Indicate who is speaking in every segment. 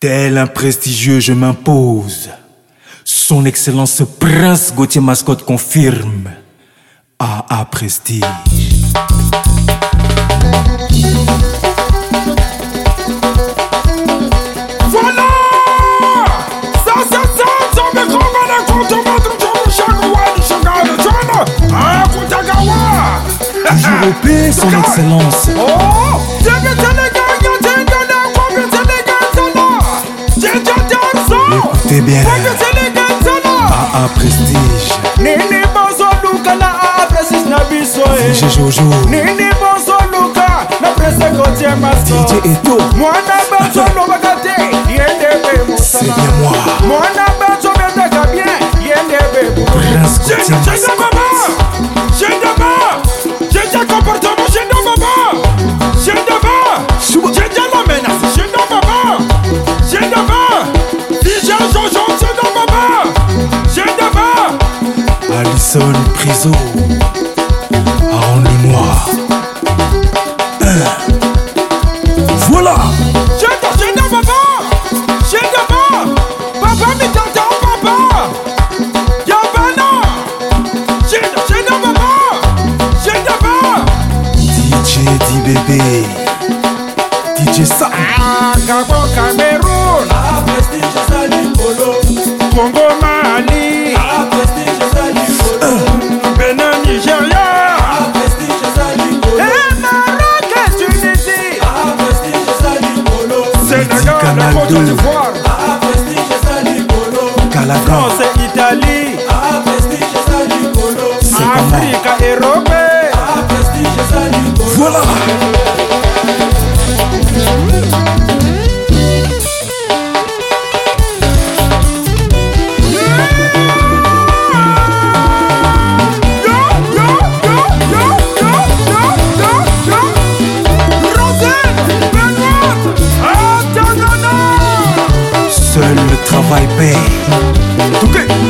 Speaker 1: Tel un prestigieux, je m'impose. Son Excellence Prince Gauthier Mascotte confirme. AA Prestige.
Speaker 2: Voilà Ça, ça, ça, ça, mais comment la compte votre tour, Shagwan, Shogun, John Ah, Kutagawa
Speaker 1: Toujours au paix, Son Excellence.
Speaker 2: Oh Jenga, Jenga, Jenga, Jenga, na, Kwanga, Jenga, Jenga, Jenga, Jenga,
Speaker 1: Écoutez bien.
Speaker 2: Kwanga, Jenga, Jenga.
Speaker 1: AA Prestige.
Speaker 2: Nini bozoluka na apresis na biso eh.
Speaker 1: DJ Jojo.
Speaker 2: nini bozoluka na prese kotie maso
Speaker 1: DJ Eto.
Speaker 2: mwana bazolobaka te yendebe
Speaker 1: C'est
Speaker 2: mosala
Speaker 1: bien moi.
Speaker 2: mwana bazobetaka bien yendebe mosala
Speaker 1: Prince
Speaker 2: J'ai
Speaker 1: Gauthier
Speaker 2: j'ai de
Speaker 1: Mascotte.
Speaker 2: maman J'ai de maman J'ai de comportement, j'ai de maman J'ai de maman J'ai de la menace, j'ai de maman J'ai de maman Déjà Jojo, j'ai de maman J'ai de maman
Speaker 1: Alison Priso. Aaron Lenoir. Un. Voilà.
Speaker 2: J'ai de, j'ai de maman J'ai de maman Papa, mais t'entends papa Y'a pas non J'ai de, j'ai de maman J'ai de maman
Speaker 1: DJ DBB. DJ Sa.
Speaker 2: Gabon, Cameroun Congo, Mali Benin, Nigeria Et Maroc et Tunisie Sénégal, la Côte
Speaker 1: Canal
Speaker 2: d'Ivoire
Speaker 1: Calagan.
Speaker 2: France et Italie
Speaker 1: Ah, C'est comment
Speaker 2: Afrique et Europe
Speaker 1: Voilà. Seul le travail paye.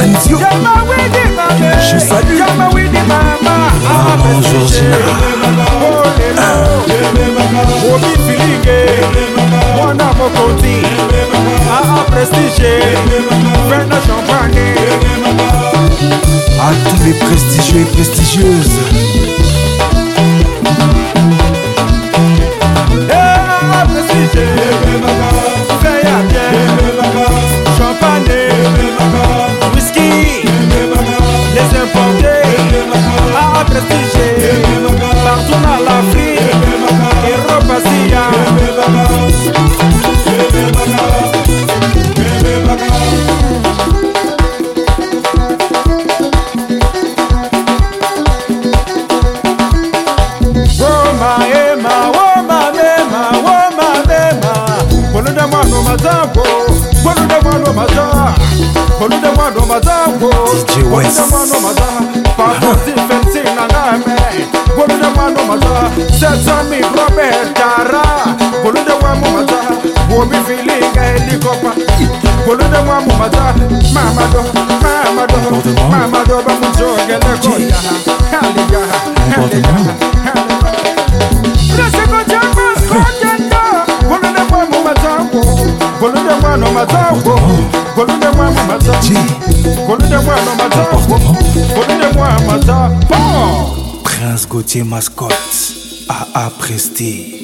Speaker 1: Andio. Je salue. Maman Georgina.
Speaker 2: mwana mokonzi aa prestige vena champagne
Speaker 1: À tous les prestigieux et prestigieuses.
Speaker 2: aa prestige veya bien champagne whisky les importés aa prestige partout na l'afrique eropa siya Woma ema, woma mema, woma mema. Bolude mwana mazango, bolude mwana maza. Bolude mwana mazango,
Speaker 1: DJ West.
Speaker 2: bolude mwana maza. Pardon si fensi na name. Bolude mwana maza. Sesame Robert Tara. Bolude mwana maza. Wobi filinga helikopa. Bolude mwana maza. Mama do, mama do,
Speaker 1: Comportement.
Speaker 2: mama do bamujogele koya. Haliya, haliya.
Speaker 1: Comportement. Comportement.
Speaker 2: Comportement.
Speaker 1: Prince Gauthier Mascotte. AA Prestige.